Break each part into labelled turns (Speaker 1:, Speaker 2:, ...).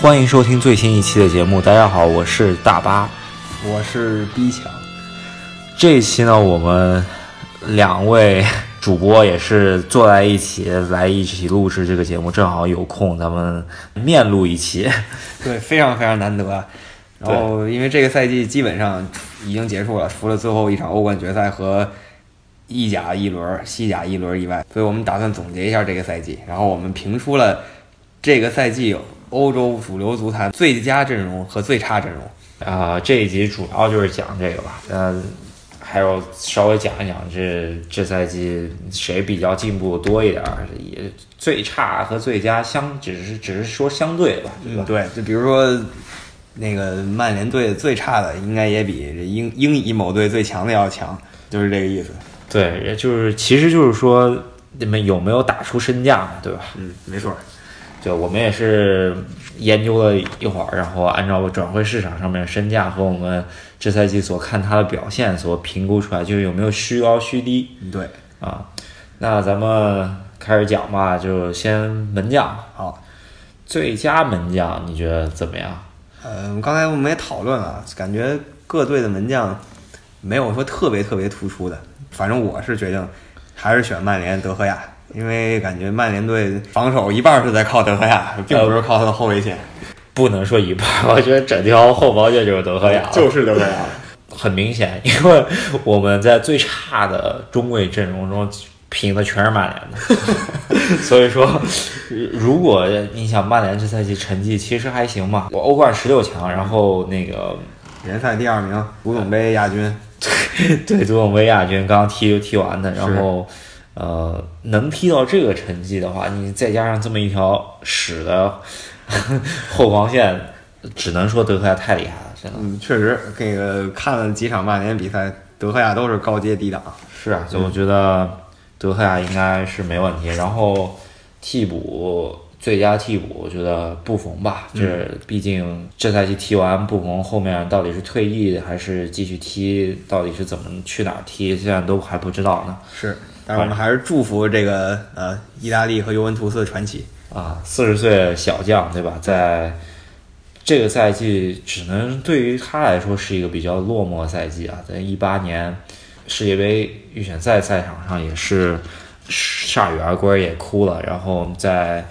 Speaker 1: 欢迎收听最新一期的节目。大家好，我是大巴。
Speaker 2: 我是逼强，
Speaker 1: 这一期呢，我们两位主播也是坐在一起来一起录制这个节目，正好有空，咱们面录一期。
Speaker 2: 对，非常非常难得啊。然后，因为这个赛季基本上已经结束了，除了最后一场欧冠决赛和意甲一轮、西甲一轮以外，所以我们打算总结一下这个赛季。然后我们评出了这个赛季欧洲主流足坛最佳阵容和最差阵容。
Speaker 1: 啊、这一集主要就是讲这个吧，嗯、还有稍微讲一讲这这赛季谁比较进步多一点儿，也最差和最佳相只是只是说相对吧，对吧？
Speaker 2: 对，就比如说那个曼联队最差的，应该也比这英英乙某队最强的要强，就是这个意思。
Speaker 1: 对，也就是其实就是说你们有没有打出身价嘛，对吧？
Speaker 2: 嗯，没错。
Speaker 1: 对，我们也是研究了一会儿，然后按照转会市场上面身价和我们这赛季所看他的表现所评估出来，就是有没有虚高虚低
Speaker 2: 嗯对，
Speaker 1: 啊。那咱们开始讲吧，就先门将，
Speaker 2: 好。
Speaker 1: 最佳门将你觉得怎么样？
Speaker 2: 呃，刚才我们也讨论了，感觉各队的门将没有说特别特别突出的。反正我是决定还是选曼联德赫亚，因为感觉曼联队防守一半是在靠德赫亚，并不是靠他的后卫线，
Speaker 1: 不能说一半儿，我觉得整条后防线就是德赫亚了，
Speaker 2: 呃是德赫亚。
Speaker 1: 很明显，因为我们在最差的中卫阵容中拼的全是曼联的， 所以说，如果你想曼联这赛季成绩其实还行嘛，我欧冠十六强，然后那个
Speaker 2: 联赛第二名，足总杯亚军，
Speaker 1: 对足总杯亚军刚踢踢完的，然后呃能踢到这个成绩的话，你再加上这么一条屎的 后防线，只能说德赫亚太厉害了，真的。
Speaker 2: 嗯，确实，那个看了几场曼联比赛，德赫亚都是高阶低档。
Speaker 1: 是啊，所以我觉得德赫亚应该是没问题。然后替补最佳替补，我觉得布冯吧，这毕竟这赛季踢完布冯，后面到底是退役还是继续踢，到底是怎么去哪儿踢，现在都还不知道呢。
Speaker 2: 是，但是我们还是祝福这个呃意大利和尤文图斯的传奇。
Speaker 1: 啊，四十岁小将对
Speaker 2: 嗯
Speaker 1: 吧？在这个赛季，只能对于他来说是一个比较落寞的赛季啊。在一八年世界杯预选赛赛场上也是铩羽而归，也哭了。然后在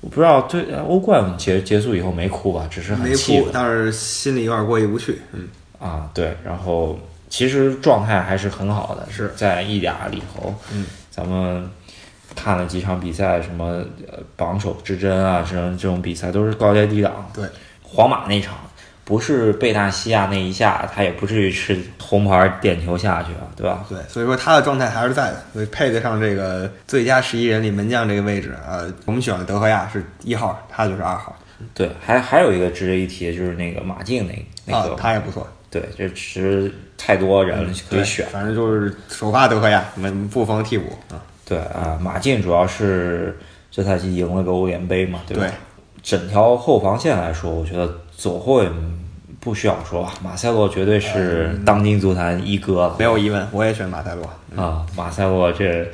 Speaker 1: 我不知道对欧冠结结束以后没哭吧，只是很
Speaker 2: 没
Speaker 1: 气
Speaker 2: 哭
Speaker 1: 愤，
Speaker 2: 但是心里有点过意不去。嗯，
Speaker 1: 啊。对，然后其实状态还是很好的，
Speaker 2: 是
Speaker 1: 在意甲里头，
Speaker 2: 嗯，
Speaker 1: 咱们。看了几场比赛，什么呃榜首之争啊，这种这种比赛都是高阶低档，
Speaker 2: 对，
Speaker 1: 皇马那场不是贝纳西亚那一下，他也不至于是红牌点球下去啊，对吧？
Speaker 2: 对，所以说他的状态还是在的，所以配得上这个最佳十一人里门将这个位置啊、呃我们选了德赫亚是一号，他就是二号
Speaker 1: 对，还还有一个值得一提的就是那个马竞那那
Speaker 2: 啊
Speaker 1: 个，，
Speaker 2: 他也不错。
Speaker 1: 对，这其实太多人可以
Speaker 2: 对
Speaker 1: 选。
Speaker 2: 反正就是首发德赫亚，门不封替补啊。
Speaker 1: 对啊，马竞主要是这赛季赢了个欧联杯嘛，对吧？
Speaker 2: 对
Speaker 1: 整条后防线来说，我觉得左后卫不需要说吧，马塞洛绝对是
Speaker 2: 哎
Speaker 1: 当今足坛一哥了。
Speaker 2: 没有疑问，我也选马塞洛。
Speaker 1: 啊，马塞洛这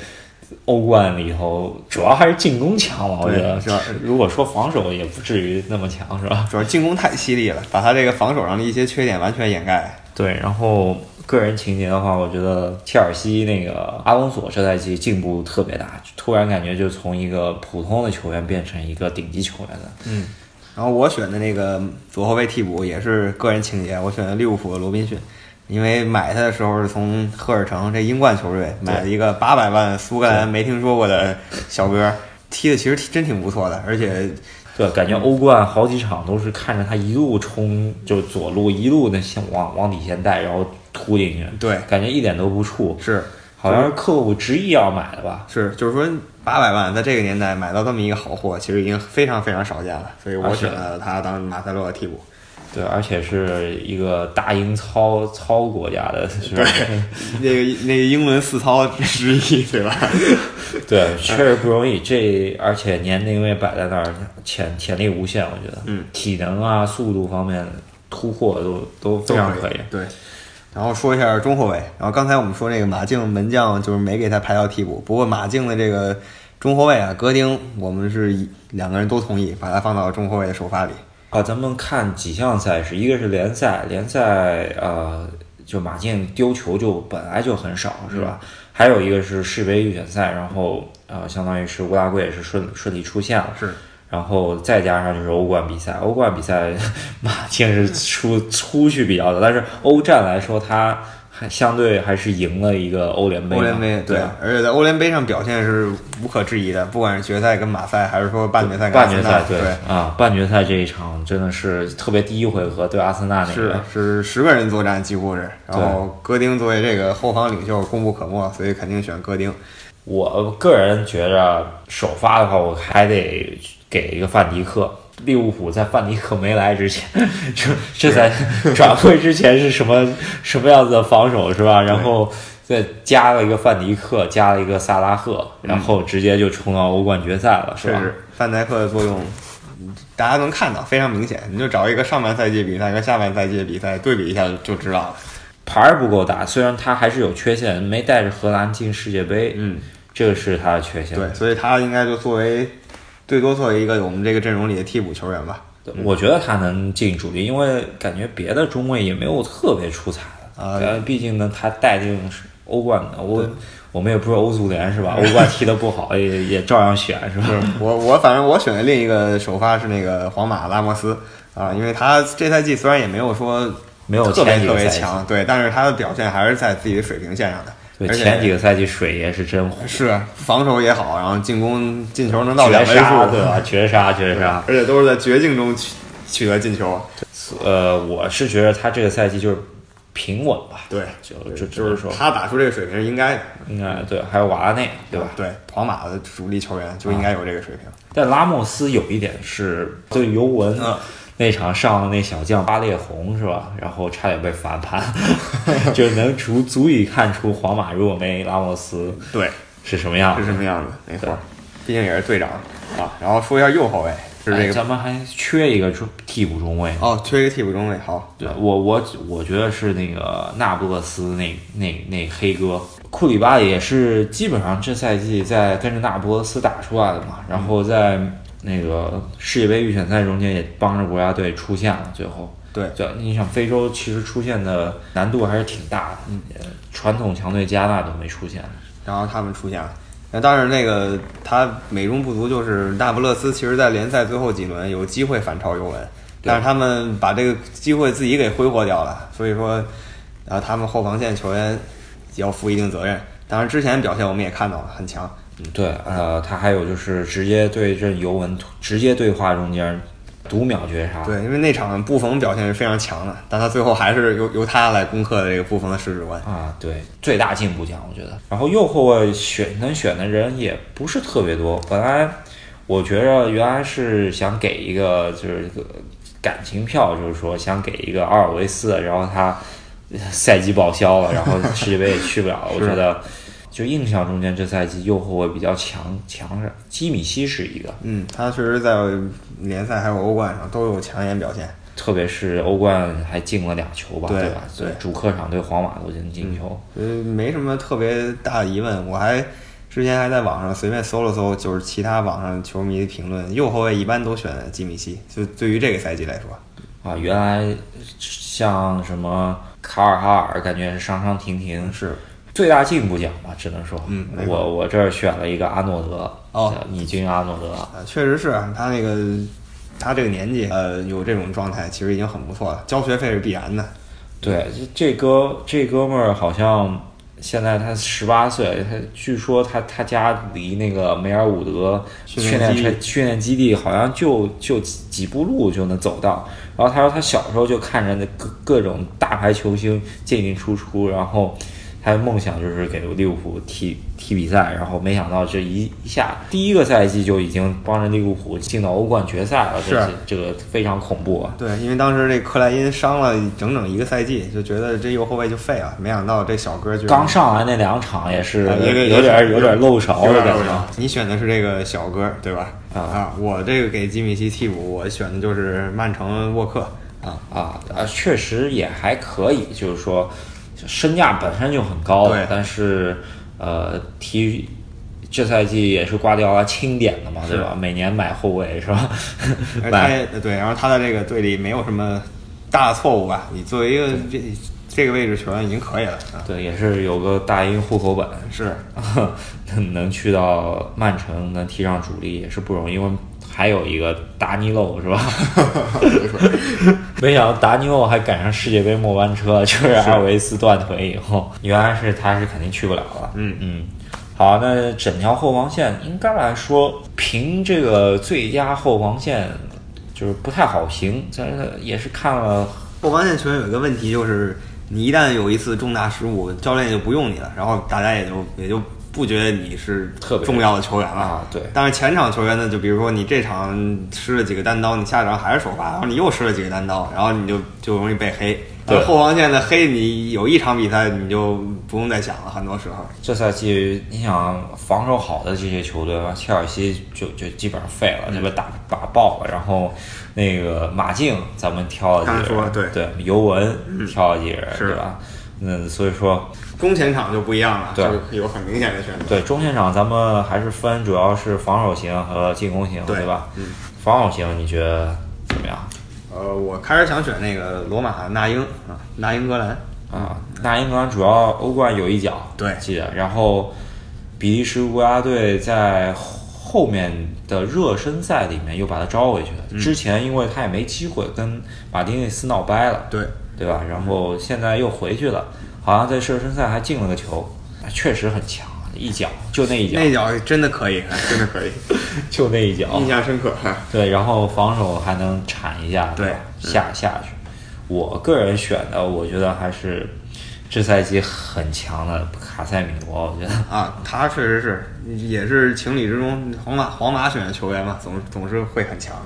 Speaker 1: 欧冠里头主要还是进攻强嘛，我觉得
Speaker 2: 对是。
Speaker 1: 如果说防守也不至于那么强，是吧？
Speaker 2: 主要进攻太犀利了，把他这个防守上的一些缺点完全掩盖。
Speaker 1: 对，然后个人情节的话，我觉得切尔西那个阿隆索这赛季进步特别大，突然感觉就从一个普通的球员变成一个顶级球员了。
Speaker 2: 嗯，然后我选的那个左后卫替补也是个人情节，我选的利物浦的罗宾逊，因为买他的时候是从赫尔城这英冠球队买了一个八百万苏格兰没听说过的小哥，踢的其实真挺不错的，而且
Speaker 1: 对，感觉欧冠好几场都是看着他一路冲，就左路一路那线往往底线带，然后突进去，
Speaker 2: 对
Speaker 1: 感觉一点都不怵，
Speaker 2: 是
Speaker 1: 好像是克鲁执意要买的吧？
Speaker 2: 是就是说八百万在这个年代买到这么一个好货，其实已经非常非常少见了，所以
Speaker 1: 啊
Speaker 2: 我
Speaker 1: 是
Speaker 2: 选了他当马塞洛的替补。
Speaker 1: 对，而且是一个大英超超国家的，是吧？
Speaker 2: 那个那个英伦四超之一，对吧？
Speaker 1: 对，确实不容易。这而且年龄也摆在那儿，潜潜力无限，我觉得，
Speaker 2: 嗯，
Speaker 1: 体能啊、速度方面突破都都非常可以。
Speaker 2: 对，然后说一下中后卫，然后刚才我们说那个马竞门将就是没给他排到替补，不过马竞的这个中后卫啊，戈丁，我们是一两个人都同意把他放到中后卫的首发里。
Speaker 1: 啊，咱们看几项赛事，一个是联赛，联赛呃，就马竞丢球就本来就很少，是吧？
Speaker 2: 嗯
Speaker 1: 还有一个是世杯预选赛，然后呃，相当于是乌拉圭也是顺顺利出线了，
Speaker 2: 啊是。
Speaker 1: 然后再加上就是欧冠比赛，欧冠比赛 马竞是出
Speaker 2: 嗯
Speaker 1: 出去比较的，但是欧战来说，他还相对还是赢了一个欧联杯嘛，
Speaker 2: 欧联杯
Speaker 1: 对
Speaker 2: 对
Speaker 1: 吧，
Speaker 2: 而且在欧联杯上表现是无可置疑的，不管是决赛跟马赛，还是说半决赛跟阿
Speaker 1: 半决
Speaker 2: 森纳
Speaker 1: 赛
Speaker 2: 对，
Speaker 1: 啊，半决赛这一场真的是特别第一回合对阿森纳那
Speaker 2: 是
Speaker 1: 个，
Speaker 2: 呃是十个人作战几乎是，然后戈丁作为这个后防领袖功不可没，所以肯定选戈丁。
Speaker 1: 我个人觉着首发的话，我还得给一个范迪克。利物浦在范迪克没来之前， 这这在转会之前是什 么什么样子的防守是吧？然后再加了一个范迪克，加了一个萨拉赫，
Speaker 2: 嗯
Speaker 1: 然后直接就冲到欧冠决赛了，是
Speaker 2: 确
Speaker 1: 吧？
Speaker 2: 实，范戴克的作用，大家能看到非常明显。你就找一个上半赛季比赛跟下半赛季的比赛对比一下就知道了。
Speaker 1: 牌儿不够大，虽然他还是有缺陷，没带着荷兰进世界杯，
Speaker 2: 嗯，
Speaker 1: 这个是他的缺陷。
Speaker 2: 对，所以他应该就作为最多作为一个我们这个阵容里的替补球员吧。
Speaker 1: 我觉得他能进主力，因为感觉别的中卫也没有特别出彩的
Speaker 2: 啊
Speaker 1: 然后毕竟呢，他带进欧冠的欧，我们也不是欧足联是吧？欧冠踢得不好也也照样选是吧？
Speaker 2: 我我反正我选的另一个首发是那个皇马拉莫斯啊，因为他这赛季虽然也没有说
Speaker 1: 没有
Speaker 2: 特别
Speaker 1: 前几个
Speaker 2: 特别
Speaker 1: 赛季
Speaker 2: 强，对，但是他的表现还是在自己的水平线上的。
Speaker 1: 对，
Speaker 2: 而且
Speaker 1: 前几个赛季水爷是 真火，
Speaker 2: 是防守也好，然后进攻进球能到两
Speaker 1: 绝
Speaker 2: 位
Speaker 1: 杀
Speaker 2: 数，
Speaker 1: 对吧？绝杀绝杀，
Speaker 2: 而且都是在绝境中取取得进球。
Speaker 1: 呃，我是觉得他这个赛季就是平稳吧，
Speaker 2: 对，
Speaker 1: 就
Speaker 2: 对
Speaker 1: 就
Speaker 2: 就是
Speaker 1: 只能说
Speaker 2: 他打出这个水平是应该的，
Speaker 1: 应该对，还有瓦拉内对吧？
Speaker 2: 对，皇马的主力球员就应该有这个水平。
Speaker 1: 但拉莫斯有一点是对尤文
Speaker 2: 嗯
Speaker 1: 那场上的那小将巴列红是吧？然后差点被反盘， 就能足足以看出皇马如果没拉莫斯
Speaker 2: 对，
Speaker 1: 是什么样
Speaker 2: 是
Speaker 1: 的。
Speaker 2: 什么样子？没错
Speaker 1: 对，
Speaker 2: 毕竟也是队长啊。然后说一下右后卫是这
Speaker 1: 哎
Speaker 2: 个
Speaker 1: 咱们还缺一个中替补中卫。啊
Speaker 2: 哦，缺一个替补中卫，好。
Speaker 1: 对我我我觉得是那个那不勒斯那那那黑哥库里巴里也是基本上这赛季在跟着那不勒斯打出来的嘛，然后在那个世界杯预选赛中间也帮着国家队出现了，最后
Speaker 2: 对
Speaker 1: 对，你想非洲其实出现的难度还是挺大的，呃传统强队加纳都没出现，
Speaker 2: 然后他们出现了。那但是那个他美中不足就是那不勒斯，其实在联赛最后几轮有机会反超尤文，但是他们把这个机会自己给挥霍掉了。所以说，然后他们后防线球员也要负一定责任。当然之前表现我们也看到了，很强。
Speaker 1: 对，呃，他还有就是直接对阵尤文，直接对话中间读秒绝杀，
Speaker 2: 对，因为那场布冯表现是非常强的，但他最后还是由由他来攻克了这个布冯的十指关。
Speaker 1: 啊，对，最大进步奖，我觉得。然后右后卫选能选的人也不是特别多，本来我觉着原来是想给一个就是一个感情票，就是说想给一个阿尔维斯的，然后他呃赛季报销了，然后世界杯也去不了了， 我觉得。就印象中间，这赛季右后卫比较强强势，基米希是一个，
Speaker 2: 嗯，他确实在联赛还有欧冠上都有抢眼表现。
Speaker 1: 特别是欧冠还进了俩球吧，
Speaker 2: 对
Speaker 1: 吧？
Speaker 2: 对
Speaker 1: 主客场对皇马都进进球，
Speaker 2: 呃，没什么特别大的疑问。我还之前还在网上随便搜了搜，就是其他网上球迷的评论，右后卫一般都选基米希。就对于这个赛季来说，
Speaker 1: 啊，原来像什么卡尔哈尔，感觉是上上停停，
Speaker 2: 嗯是
Speaker 1: 最大进步奖吧，只能说，
Speaker 2: 嗯没错
Speaker 1: 我我这儿选了一个阿诺德，
Speaker 2: 哦
Speaker 1: 呃，米津阿诺德，
Speaker 2: 呃，确实是他那个他这个年纪，呃，有这种状态，其实已经很不错了。交学费是必然的，
Speaker 1: 对，这这哥这哥们儿好像现在他十八岁，他据说他他家离那个梅尔伍德训
Speaker 2: 训
Speaker 1: 练
Speaker 2: 练
Speaker 1: 车训练基地好像就就几几步路就能走到。然后他说他小时候就看着那各各种大牌球星进进出出，然后他的梦想就是给利物浦踢踢比赛，然后没想到这一一下第一个赛季就已经帮着利物浦进到欧冠决赛了，这
Speaker 2: 是
Speaker 1: 这个非常恐怖啊！
Speaker 2: 对，因为当时这克莱因伤了整整一个赛季，就觉得这右后卫就废了。没想到这小哥居然
Speaker 1: 刚上来那两场也是
Speaker 2: 啊也给
Speaker 1: 有点有点漏勺
Speaker 2: 有
Speaker 1: 的
Speaker 2: 点
Speaker 1: 感
Speaker 2: 漏
Speaker 1: 觉
Speaker 2: 勺。你选的是这个小哥对吧？
Speaker 1: 啊
Speaker 2: 我这个给基米希替补，我选的就是曼城沃克啊。
Speaker 1: 啊啊，确实也还可以，就是说身价本身就很高了
Speaker 2: 对
Speaker 1: 但是呃，踢这赛季也是瓜迪奥拉钦点的嘛，对吧？每年买后卫是吧？
Speaker 2: 而 哎他
Speaker 1: 买
Speaker 2: 也对，然后他在这个队里没有什么大的错误吧？你作为一个这这个位置球员已经可以了啊。
Speaker 1: 对，也是有个大英户口本，
Speaker 2: 是，
Speaker 1: 能去到曼城能踢上主力也是不容易，因为还有一个达尼洛是吧？ 没想到达尼洛还赶上世界杯末班车，就是阿维斯断腿以后，原来是他是肯定去不了了。
Speaker 2: 嗯
Speaker 1: 嗯，好，那整条后防线应该来说，评这个最佳后防线就是不太好评，但是也是看了
Speaker 2: 后防线球员有一个问题就是，你一旦有一次重大失误，教练就不用你了，然后大家也就也就不觉得你是
Speaker 1: 特别
Speaker 2: 重要的球员了。
Speaker 1: 啊，对，
Speaker 2: 但是前场球员呢，就比如说你这场吃了几个单刀，你下场还是首发，然后你又吃了几个单刀，然后你就就容易被黑。
Speaker 1: 对
Speaker 2: 而后防线的黑你有一场比赛你就不用再想了，很多时候。
Speaker 1: 这赛季你想防守好的这些球队，切尔西就就基本上废了，
Speaker 2: 嗯
Speaker 1: 对吧？打打爆了，然后那个马竞咱们挑了几个人，
Speaker 2: 刚才说了嗯
Speaker 1: 对，尤文挑了几个人，
Speaker 2: 是
Speaker 1: 对吧？嗯，所以说
Speaker 2: 中前场就不一样了，
Speaker 1: 对
Speaker 2: 就是有很明显的选择。
Speaker 1: 对中前场咱们还是分主要是防守型和进攻型，对
Speaker 2: 对
Speaker 1: 吧？
Speaker 2: 嗯，
Speaker 1: 防守型你觉得怎么样？
Speaker 2: 呃，我开始想选那个罗马那英啊，那英格兰。
Speaker 1: 啊，大英格兰主要欧冠有一脚，
Speaker 2: 对
Speaker 1: 记得。然后比利时、乌鸦队在后面的热身赛里面又把他招回去了。
Speaker 2: 嗯
Speaker 1: 之前因为他也没机会跟马丁内斯闹掰了，
Speaker 2: 对，
Speaker 1: 对吧？然后现在又回去了，好像在热身赛还进了个球，啊确实很强，一脚就那一脚，
Speaker 2: 那脚真的可以，啊真的可以，
Speaker 1: 就那一脚，
Speaker 2: 印象深刻。啊
Speaker 1: 对，然后防守还能铲一下，
Speaker 2: 对
Speaker 1: 吧下下去。我个人选的，我觉得还是这赛季很强的卡塞米罗，我觉得
Speaker 2: 啊，他确实是，也是情理之中。皇马皇马选的球员嘛，总总是会很强的。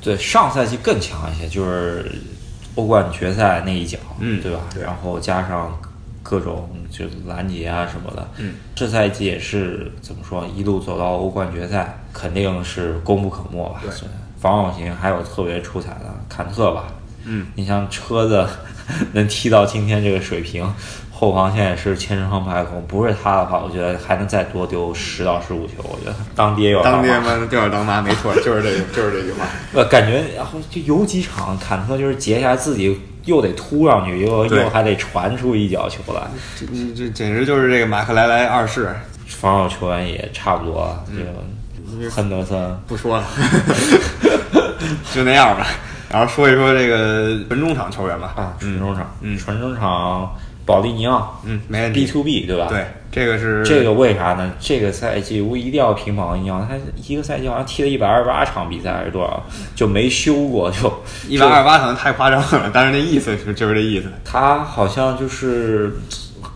Speaker 1: 对上赛季更强一些，就是欧冠决赛那一脚，
Speaker 2: 嗯
Speaker 1: 对吧？
Speaker 2: 对
Speaker 1: 然后加上各种就是拦截啊什么的，
Speaker 2: 嗯，
Speaker 1: 这赛季也是怎么说，一路走到欧冠决赛，肯定是功不可没吧。
Speaker 2: 对
Speaker 1: 是防守型还有特别出彩的坎特吧，
Speaker 2: 嗯，
Speaker 1: 你像车子能踢到今天这个水平，后防线也是千疮百孔。不是他的话，我觉得还能再多丢十到十五球。我觉得当爹有点儿
Speaker 2: 当爹
Speaker 1: 麻
Speaker 2: 妈的吊儿当妈，没错，就是这个，就是这句话。
Speaker 1: 我呃感觉，然后就有几场坎特就是截下自己又得突上去，又
Speaker 2: 对
Speaker 1: 又还得传出一脚球来。
Speaker 2: 这这这简直就是这个马克莱莱二世，
Speaker 1: 防守球员也差不多，
Speaker 2: 嗯
Speaker 1: 这个亨德森
Speaker 2: 不说 了，就那样吧。然后说一说这个纯中场球员吧。
Speaker 1: 啊，纯中场，
Speaker 2: 嗯
Speaker 1: 纯中场，保利尼奥
Speaker 2: 嗯，没问
Speaker 1: B
Speaker 2: 题。
Speaker 1: to B 对吧？
Speaker 2: 对，，这个是
Speaker 1: 这个为啥呢？这个赛季我一定要平保利尼奥，他一个赛季好像踢了一百二十八场比赛还是多少，就没休过就。
Speaker 2: 一百二十八可能太夸张了，但是那意思是就是这意思。
Speaker 1: 他好像就是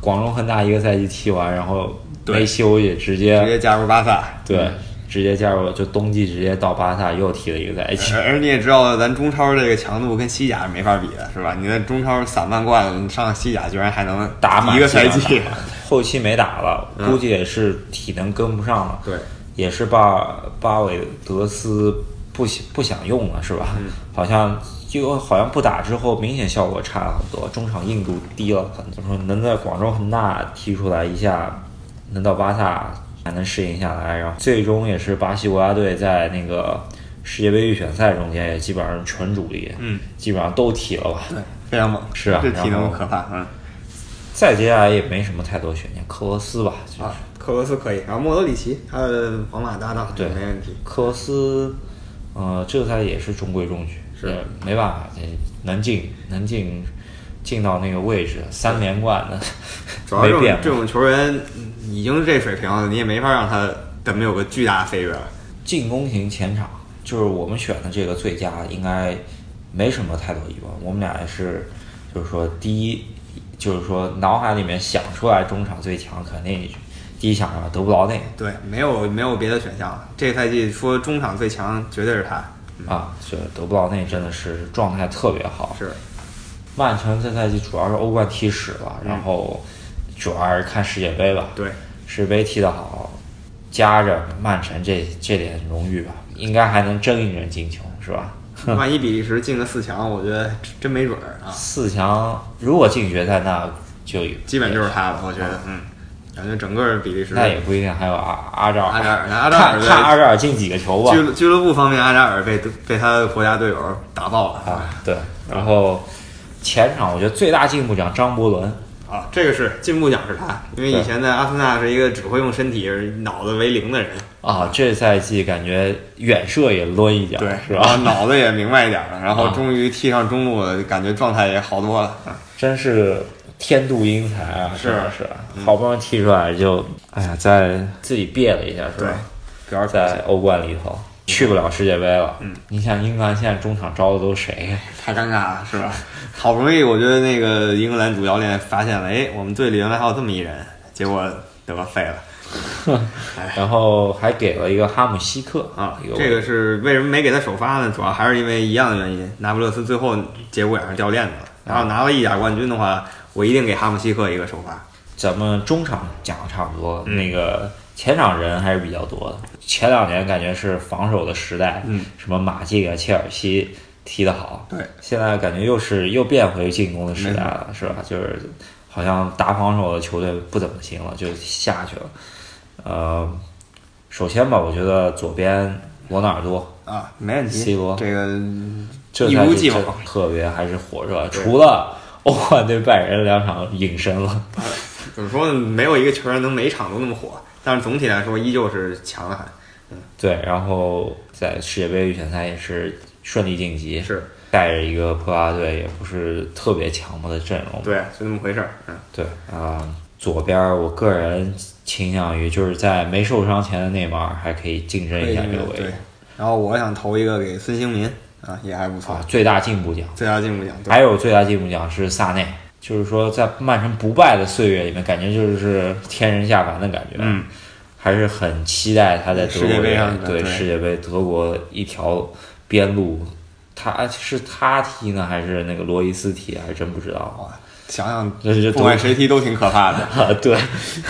Speaker 1: 广州恒大一个赛季踢完，然后
Speaker 2: 对
Speaker 1: 没休也直接
Speaker 2: 直接加入巴萨，
Speaker 1: 对，直接加入就冬季直接到巴萨又踢了一个赛哎季。
Speaker 2: 而而你也知道，咱中超这个强度跟西甲是没法比的，是吧？你在中超散漫惯了，你上西甲居然还能
Speaker 1: 打满
Speaker 2: 一个赛季
Speaker 1: 基，本上后期没打了，估计也是体能跟不上 了。
Speaker 2: 对，
Speaker 1: 也是巴巴韦德斯不想不想用了，是吧？好像就好像不打之后，明显效果差了很多，中场硬度低了很多。说能在广州恒大踢出来一下，能到巴萨还能适应下来，然后最终也是巴西国家队在那个世界杯预选赛中间也基本上纯主力，
Speaker 2: 嗯，
Speaker 1: 基本上都踢了吧。
Speaker 2: 对，非常猛，
Speaker 1: 是啊
Speaker 2: 这体
Speaker 1: 然
Speaker 2: 能
Speaker 1: 后
Speaker 2: 可怕，嗯
Speaker 1: 再接下来啊也没什么太多悬念，克罗斯吧，就是
Speaker 2: 啊，克罗斯可以，然后莫德里奇他的皇马搭档
Speaker 1: 对
Speaker 2: 没问题，
Speaker 1: 克罗斯，呃，这个赛季也是中规中矩，
Speaker 2: 是
Speaker 1: 也没办法，这能进能进进到那个位置，三连冠的
Speaker 2: 主要这
Speaker 1: 没
Speaker 2: 种
Speaker 1: 变
Speaker 2: 这
Speaker 1: 嘛。
Speaker 2: 种球员嗯已经是这水平了，你也没法让他怎么有个巨大的飞跃了。
Speaker 1: 进攻型前场就是我们选的这个最佳，应该没什么太多疑问。我们俩也是，就是说第一，就是说脑海里面想出来中场最强，肯定第一想到德布劳内
Speaker 2: 对，没有没有别的选项了。这赛季说中场最强绝对是他，
Speaker 1: 啊，这德布劳内真的是状态特别好，
Speaker 2: 是
Speaker 1: 曼城这赛季主要是欧冠踢屎了，
Speaker 2: 嗯
Speaker 1: 然后主要还是看世界杯吧。
Speaker 2: 对，
Speaker 1: 世界杯踢得好，夹着曼城这这点荣誉吧，应该还能争一争进球，是吧？
Speaker 2: 万一比利时进了四强，我觉得真没 准儿啊，
Speaker 1: 四强如果进决赛，那就
Speaker 2: 基本就是他了，我觉得，嗯。感觉整个比利时
Speaker 1: 那也不一定，还有阿阿扎
Speaker 2: 阿
Speaker 1: 尔，
Speaker 2: 扎尔，那阿扎
Speaker 1: 看
Speaker 2: 尔
Speaker 1: 看
Speaker 2: 在
Speaker 1: 阿扎尔进几个球吧。
Speaker 2: 俱乐俱乐部方面，阿扎尔被被他的国家队友打爆了
Speaker 1: 啊，对。然后前场我觉得最大进步奖张伯伦，
Speaker 2: 啊，这个是进步奖是他，因为以
Speaker 1: 对
Speaker 2: 前在阿森纳是一个只会用身体、脑子为零的人，
Speaker 1: 啊，这赛季感觉远射也抡一脚，是
Speaker 2: 然后
Speaker 1: 吧？
Speaker 2: 脑子也明白一点了，然后
Speaker 1: 啊
Speaker 2: 终于踢上中路了，感觉状态也好多了。啊
Speaker 1: 真是天妒英才啊！
Speaker 2: 是
Speaker 1: 真的是，好不容易踢出来就，哎呀，在自己憋了一下，是吧？
Speaker 2: 表示
Speaker 1: 在欧冠里头去不了世界杯了。嗯，你想英格兰现在中场招的都谁呀？
Speaker 2: 太尴尬了， 是吧？好不容易，我觉得那个英格兰主教练发现了，哎，我们队里原来还有这么一人，结果得废了哎
Speaker 1: 然后还给了一个哈姆西克
Speaker 2: 啊
Speaker 1: 一！
Speaker 2: 这个是为什么没给他首发呢？主要还是因为一样的原因，拿不勒斯最后节骨眼上掉链子
Speaker 1: 啊
Speaker 2: 了。然后拿了意甲冠军的话，我一定给哈姆西克一个首发。
Speaker 1: 啊咱们中场讲的差不多，
Speaker 2: 嗯
Speaker 1: 那个前场人还是比较多的。前两年感觉是防守的时代，
Speaker 2: 嗯，
Speaker 1: 什么马竞啊、切尔西踢得好，
Speaker 2: 对，
Speaker 1: 现在感觉又是又变回进攻的时代了，是吧？就是好像打防守的球队不怎么行了，就下去了。呃，首先吧，我觉得左边罗纳尔多
Speaker 2: 啊，没问题。
Speaker 1: C 罗
Speaker 2: 这个
Speaker 1: 这
Speaker 2: 一
Speaker 1: 赛
Speaker 2: 如
Speaker 1: 季
Speaker 2: 既
Speaker 1: 真
Speaker 2: 往
Speaker 1: 的特别还是火热，除了欧冠对拜仁两场隐身了。
Speaker 2: 怎么说呢？没有一个球员能每场都那么火，但是总体来说依旧是强的很。
Speaker 1: 对，然后在世界杯预选赛也是顺利晋级，
Speaker 2: 是
Speaker 1: 带着一个葡萄牙队，也不是特别强的阵容。
Speaker 2: 对，就那么回事儿。嗯，
Speaker 1: 对啊、左边儿我个人倾向于就是在没受伤前的内马尔还可以竞争一下哎这个位
Speaker 2: 对
Speaker 1: 置。
Speaker 2: 然后我想投一个给孙兴民啊，也还不错
Speaker 1: 啊，，最大进步奖，
Speaker 2: 最佳进步奖。对
Speaker 1: 还有最大进步奖是萨内，就是说在曼城不败的岁月里面，感觉就是天人下凡的感觉。
Speaker 2: 嗯，
Speaker 1: 还是很期待他在德
Speaker 2: 世界
Speaker 1: 国
Speaker 2: 杯上的
Speaker 1: 对
Speaker 2: 对
Speaker 1: 世界杯德国一条边路，他是他踢呢还是那个罗伊斯踢，还真不知道。
Speaker 2: 哇，想想
Speaker 1: 这是
Speaker 2: 不管谁踢都挺可怕的。
Speaker 1: 啊， 对。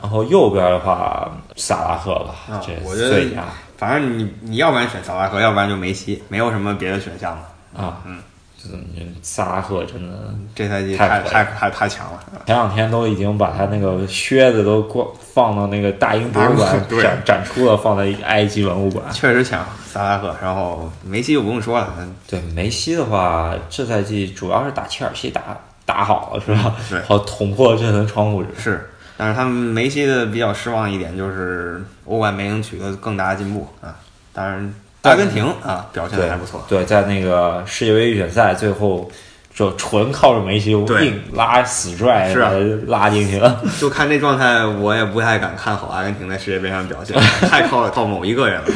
Speaker 1: 然后右边的话，萨拉赫吧，
Speaker 2: 啊
Speaker 1: 这
Speaker 2: 我觉得
Speaker 1: 最佳
Speaker 2: 反正你你要不然选萨拉赫，要不然就梅西，没有什么别的选项了。
Speaker 1: 啊，嗯，就是萨拉赫真的
Speaker 2: 这赛季
Speaker 1: 太
Speaker 2: 太
Speaker 1: 火了
Speaker 2: 太太太强了。
Speaker 1: 前两天都已经把他那个靴子都光放到那个大英博物馆
Speaker 2: 对
Speaker 1: 展展出了，放在埃及文物馆。
Speaker 2: 确实强，萨拉赫，然后梅西就不用说了，
Speaker 1: 对梅西的话，这赛季主要是打切尔西打打好了是吧？
Speaker 2: 对
Speaker 1: 好捅破这层窗 户纸。
Speaker 2: 是，但是他们梅西的比较失望一点就是欧冠没能取得更大的进步啊。当然，阿根廷啊表现
Speaker 1: 对，
Speaker 2: 的还不错，
Speaker 1: 对，在那个世界杯预选赛最后。就纯靠着梅西
Speaker 2: 对
Speaker 1: 硬拉死拽
Speaker 2: 是啊
Speaker 1: 把他拉进去 了，
Speaker 2: 就看这状态，我也不太敢看好阿根廷在世界杯上表现，太靠靠某一 个人了。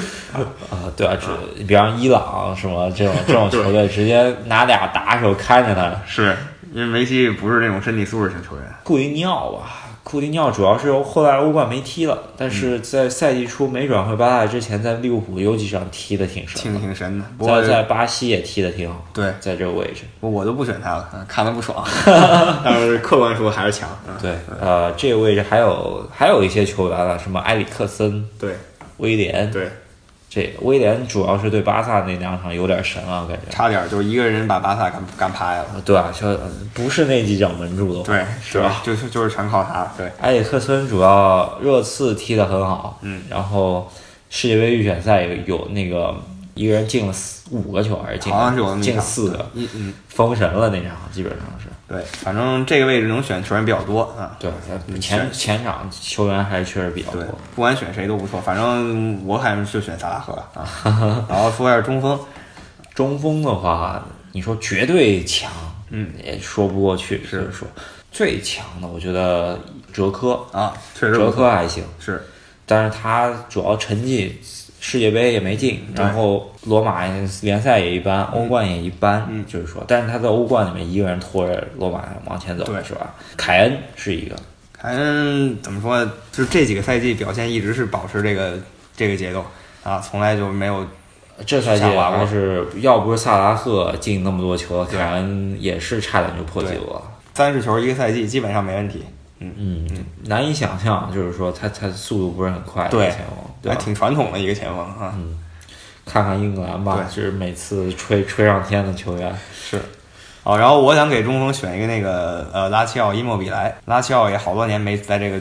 Speaker 1: 啊，对啊，只比方伊朗什么这种这种
Speaker 2: 对
Speaker 1: 球队，直接拿俩打手看着他，
Speaker 2: 是因为梅西不是那种身体素质型球员，
Speaker 1: 库蒂尼奥吧，库蒂尼奥主要是后来欧冠没踢了，但是在赛季初没转会巴萨之前，在利物浦有几场踢的挺深
Speaker 2: 挺
Speaker 1: 的，
Speaker 2: 挺神的。不过
Speaker 1: 在在巴西也踢的挺好，
Speaker 2: 对，
Speaker 1: 在这个位置。
Speaker 2: 我就不选他了，啊看的 不爽。但是客观说还是强。啊
Speaker 1: 对，呃，这个位置还有还有一些球员了，什么埃里克森、
Speaker 2: 对
Speaker 1: 威廉，
Speaker 2: 对，
Speaker 1: 这威廉主要是对巴萨那两场有点神啊，感觉。
Speaker 2: 差点就一个人把巴萨干干趴下了。
Speaker 1: 对啊，就呃不是那几脚门柱的话，
Speaker 2: 对，
Speaker 1: 是吧？？
Speaker 2: 就是就是全靠他。对，
Speaker 1: 埃里克森主要热刺踢得很好，
Speaker 2: 嗯，
Speaker 1: 然后世界杯预选赛有有那个一个人进了四五个球，还是进
Speaker 2: 好像是有那么一
Speaker 1: 进
Speaker 2: 场
Speaker 1: 四个，
Speaker 2: 嗯嗯。啊
Speaker 1: 封神了那场，基本上是
Speaker 2: 对，反正这个位置能选球员比较多啊。
Speaker 1: 对
Speaker 2: 嗯
Speaker 1: 前前场球员还是确实比较
Speaker 2: 对
Speaker 1: 多，，
Speaker 2: 不管选谁都不错，反正我还是就选萨拉赫了啊。然后说一下中锋，
Speaker 1: 中锋的话，你说绝对强，
Speaker 2: 嗯，
Speaker 1: 也说不过去，就是说最强的，我觉得哲科，
Speaker 2: 啊，确实
Speaker 1: 哲
Speaker 2: 不错，
Speaker 1: 科还行，
Speaker 2: 是
Speaker 1: 但是他主要成绩世界杯也没进，然后罗马联赛也一般，欧冠也一般，
Speaker 2: 嗯
Speaker 1: 就是说，但是他在欧冠里面一个人拖着罗马往前走
Speaker 2: 对，
Speaker 1: 是吧？凯恩是一个，
Speaker 2: 凯恩怎么说，就这几个赛季表现一直是保持这个这个节奏啊，从来就没有
Speaker 1: 这赛季
Speaker 2: 下滑吧
Speaker 1: 还是要不是萨拉赫进那么多球，凯恩也是差点就破纪录了。
Speaker 2: 三十球一个赛季，基本上没问题，
Speaker 1: 嗯，难以想象，就是说他他速度不是很快，
Speaker 2: 对哎
Speaker 1: 前锋，对啊嗯
Speaker 2: 还
Speaker 1: 吧？
Speaker 2: 挺传统的一个前锋啊。
Speaker 1: 看看英格兰吧，就是每次吹吹上天的球员，
Speaker 2: 是。哦，然后我想给中锋选一个那个呃拉齐奥伊莫比莱，拉齐奥也好多年没在这个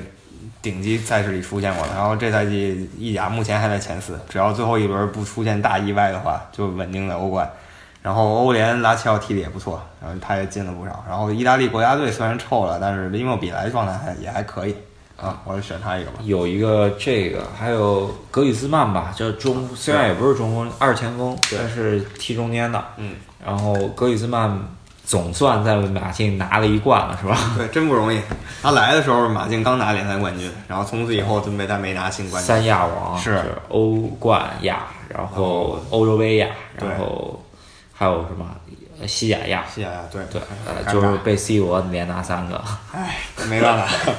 Speaker 2: 顶级赛事里出现过的。然后这赛季意甲目前还在前四，只要最后一轮不出现大意外的话，就稳定的欧冠。然后欧联拉齐奥踢的也不错，然后他也进了不少。然后意大利国家队虽然臭了，但是因为比莱状态还也还可以啊，我就选他一个吧。
Speaker 1: 有一个这个，还有格里兹曼吧，叫中，虽然也不是中锋，二前锋，但是踢中间的。
Speaker 2: 嗯，
Speaker 1: 然后格里兹曼总算在马竞拿了一冠了，是吧？
Speaker 2: 对，真不容易。他来的时候，马竞刚拿联赛冠军，然后从此以后就没再没拿新冠军。
Speaker 1: 三亚王
Speaker 2: 是哦
Speaker 1: 欧冠亚，然后欧洲杯亚，
Speaker 2: 对
Speaker 1: 然后还有什么西甲亚？
Speaker 2: 谢谢啊，对
Speaker 1: 对，
Speaker 2: 很
Speaker 1: 呃
Speaker 2: 尴尬
Speaker 1: 就是被 C 罗连拿三 个，
Speaker 2: 唉，没办法。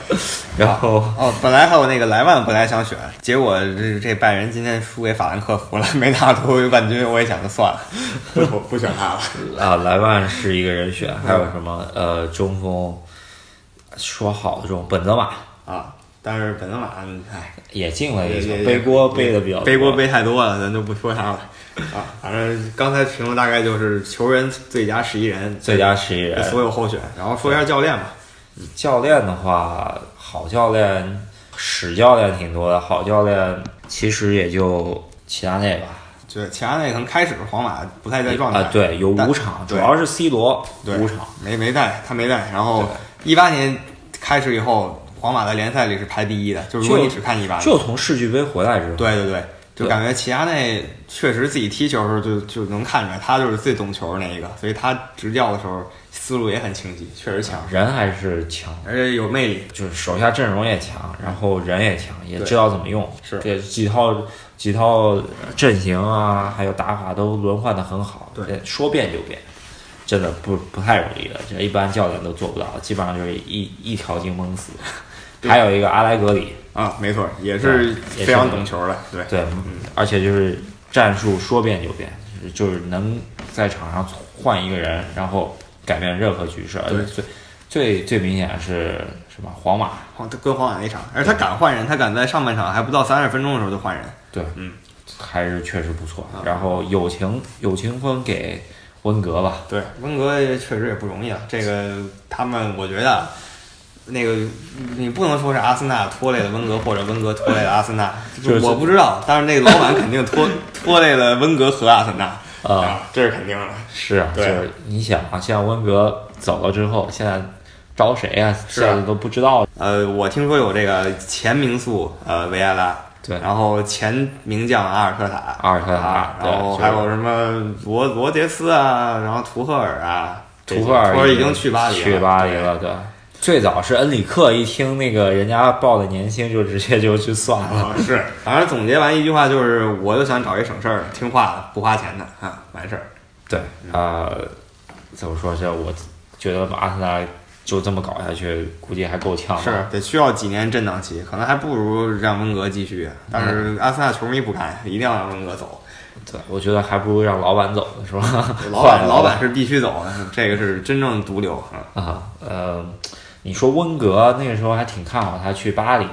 Speaker 1: 然后
Speaker 2: 哦，本来还有那个莱万，本来想选，结果这这拜仁今天输给法兰克福了，没拿欧洲冠军，我也想着算了，不不选他了。
Speaker 1: 啊，莱万是一个人选，还有什么呃中锋，说好的中本泽马
Speaker 2: 啊，但是本泽马，唉，
Speaker 1: 也进了一
Speaker 2: 也
Speaker 1: 个，
Speaker 2: 也
Speaker 1: 哎背锅
Speaker 2: 也
Speaker 1: 背的比较多
Speaker 2: 背锅背太多了，咱就不说他了。啊，反正刚才评论大概就是球员最佳十一人，
Speaker 1: 最佳十一
Speaker 2: 这
Speaker 1: 人。
Speaker 2: 所有候选，然后说一下教练吧。
Speaker 1: 教练的话，好教练、屎教练挺多的，好教练其实也就齐达内吧，
Speaker 2: 对，齐达内可能开始皇马不太在状态
Speaker 1: 啊，对，有
Speaker 2: 但
Speaker 1: 五场，主
Speaker 2: 对
Speaker 1: 要是 C 罗
Speaker 2: 对
Speaker 1: 五场，
Speaker 2: 没没带，他没带。然后一八年开始以后，皇马在联赛里是排第一的，就是如果
Speaker 1: 就
Speaker 2: 你只看一八年，
Speaker 1: 就从世俱杯回来之后，
Speaker 2: 对对对，就
Speaker 1: 对
Speaker 2: 感觉齐达内确实自己踢球的时候就就能看出来，他就是最懂球的那一个，所以他执教的时候思路也很清晰，确实强，
Speaker 1: 人还是强，
Speaker 2: 而且有魅力。
Speaker 1: 就是手下阵容也强，然后人也强，也
Speaker 2: 对
Speaker 1: 知道怎么用，
Speaker 2: 是
Speaker 1: 这几套几套阵型啊，还有打法都轮换的很好，
Speaker 2: 对
Speaker 1: 这说变就变，真的不不太容易的，这一般教练都做不到，基本上就是一一条筋蒙死。还有一个阿莱格里，
Speaker 2: 啊，没错，也是
Speaker 1: 对
Speaker 2: 非常懂球的，对，
Speaker 1: 对，而且就是战术说变就变，就是就是能在场上换一个人，然后改变任何局势。而且
Speaker 2: 对
Speaker 1: 最最最明显是什么？皇马
Speaker 2: 皇哦跟皇马那场，而且他敢换人，他敢在上半场还不到三十分钟的时候就换人，
Speaker 1: 对，
Speaker 2: 嗯，啊
Speaker 1: 还是确实不错。然后友情友情分给温格吧，
Speaker 2: 对，温格也确实也不容易啊。这个他们，我觉得啊那个你不能说是阿森纳拖累了温格，或者温格拖累了阿森纳，
Speaker 1: 就是
Speaker 2: 我不知道。但是那个老板肯定拖 拖累了温格和阿森纳
Speaker 1: 啊，
Speaker 2: 这是肯定的。
Speaker 1: 是啊，就
Speaker 2: 对
Speaker 1: 是你想啊，像温格走了之后，现在招谁啊？
Speaker 2: 是啊
Speaker 1: 现在都不知道。
Speaker 2: 呃，我听说有这个前名宿呃维埃拉，
Speaker 1: 对
Speaker 2: 然后前名将阿尔特塔，
Speaker 1: 阿尔特塔
Speaker 2: 啊
Speaker 1: 对
Speaker 2: 然后
Speaker 1: 就是
Speaker 2: 还有什么罗罗杰斯啊，然后图赫尔啊，这些
Speaker 1: 图赫尔
Speaker 2: 图赫尔已经去巴黎了，
Speaker 1: 去巴黎了，对。最早是恩里克，一听那个人家报的年薪，就直接就去算了。
Speaker 2: 啊，是，反正总结完一句话就是，我就想找一省事儿的、听话的、不花钱的啊，完事儿。
Speaker 1: 对，呃，怎么说？这我觉得把阿森纳就这么搞下去，估计还够呛吧。
Speaker 2: 是得需要几年震荡期，可能还不如让温格继续。但
Speaker 1: 嗯
Speaker 2: 是阿森纳球迷不干，一定要让温格走。
Speaker 1: 对，我觉得还不如让老板走呢，是吧？
Speaker 2: 老
Speaker 1: 换
Speaker 2: 板，
Speaker 1: 了
Speaker 2: 老板是必须走的，这个是真正毒瘤啊！
Speaker 1: 啊，呃，你说温格那个时候还挺看好他去巴黎的。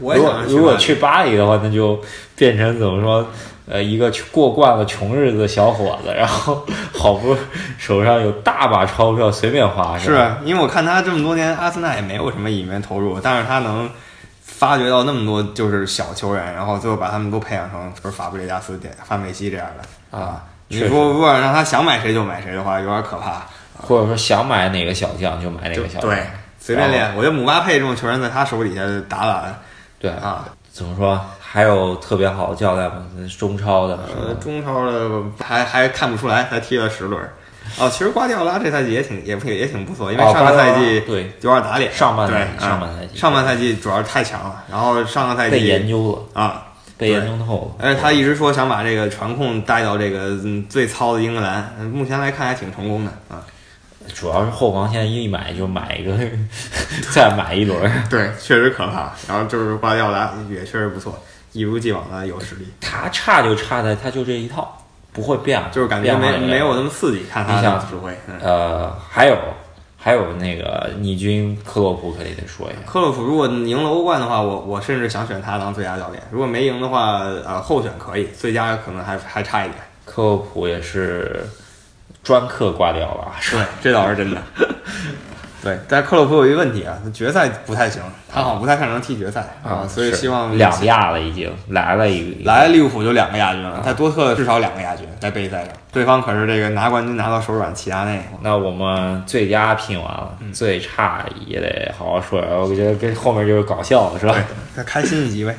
Speaker 2: 我也
Speaker 1: 如果
Speaker 2: 想
Speaker 1: 如果去巴黎的话，那就变成怎么说？呃，一个过惯了穷日子的小伙子，然后 好不容易手上有大把钞票，随便花
Speaker 2: 是
Speaker 1: 吧？
Speaker 2: 啊因为我看他这么多年，阿森纳也没有什么引援投入，但是他能发掘到那么多就是小球员，然后最后把他们都培养成就是法布雷加斯、范佩西这样的
Speaker 1: 啊。
Speaker 2: 你
Speaker 1: 确实
Speaker 2: 说如果让他想买谁就买谁的话，有点可怕。
Speaker 1: 或者说想买哪个小将就买哪
Speaker 2: 就
Speaker 1: 个小将，
Speaker 2: 对，随便练。我觉得姆巴佩这种球员在他手底下打打
Speaker 1: 对
Speaker 2: 啊，
Speaker 1: 怎么说？还有特别好的教练吗？中超的，是吧
Speaker 2: 呃，中超的还还看不出来，才踢了十轮。哦，其实瓜迪奥拉这赛季也挺也不也挺不错，因为
Speaker 1: 哦
Speaker 2: 上个赛季
Speaker 1: 瓜迪奥拉对
Speaker 2: 有点打脸，
Speaker 1: 上半赛季
Speaker 2: 对
Speaker 1: 上
Speaker 2: 啊
Speaker 1: 半赛季
Speaker 2: 上半赛季主要是太强了，然后上个赛季
Speaker 1: 被研究了，
Speaker 2: 啊，
Speaker 1: 被研究透了。
Speaker 2: 而且他一直说想把这个传控带到这个嗯最糙的英格兰，嗯目前来看还挺成功的 啊。
Speaker 1: 主要是后防现在一买就买一个， 再买一轮儿。
Speaker 2: 对，确实可怕。然后就是瓜迪奥拉也确实不错，一如既往的有实力。
Speaker 1: 他差就差在他就这一套，不会变，
Speaker 2: 就是感觉
Speaker 1: 变化
Speaker 2: 没
Speaker 1: 也
Speaker 2: 没有那么刺激，看他
Speaker 1: 你
Speaker 2: 的
Speaker 1: 想
Speaker 2: 指挥。嗯，
Speaker 1: 呃，还有还有那个逆军克洛普肯定得说一下，
Speaker 2: 克洛普如果赢了欧冠的话，我我甚至想选他当最佳教练。如果没赢的话，呃，候选可以，最佳可能还还差一点。
Speaker 1: 克洛普也是专克挂掉了，
Speaker 2: 对，这倒是真的。对，但是克洛普有一个问题啊，决赛不太行，他好像不太擅长踢决赛啊，所以
Speaker 1: 是
Speaker 2: 希望
Speaker 1: 两个亚了已经来了一个，
Speaker 2: 来利物浦就两个亚军了，在多特至少两个亚军，在杯赛上，对方可是这个拿冠军拿到手软齐达内，
Speaker 1: 那我们最佳拼完了，
Speaker 2: 嗯
Speaker 1: 最差也得好好说。我觉得跟后面就是搞笑了，是吧？
Speaker 2: 对，再开心一集呗。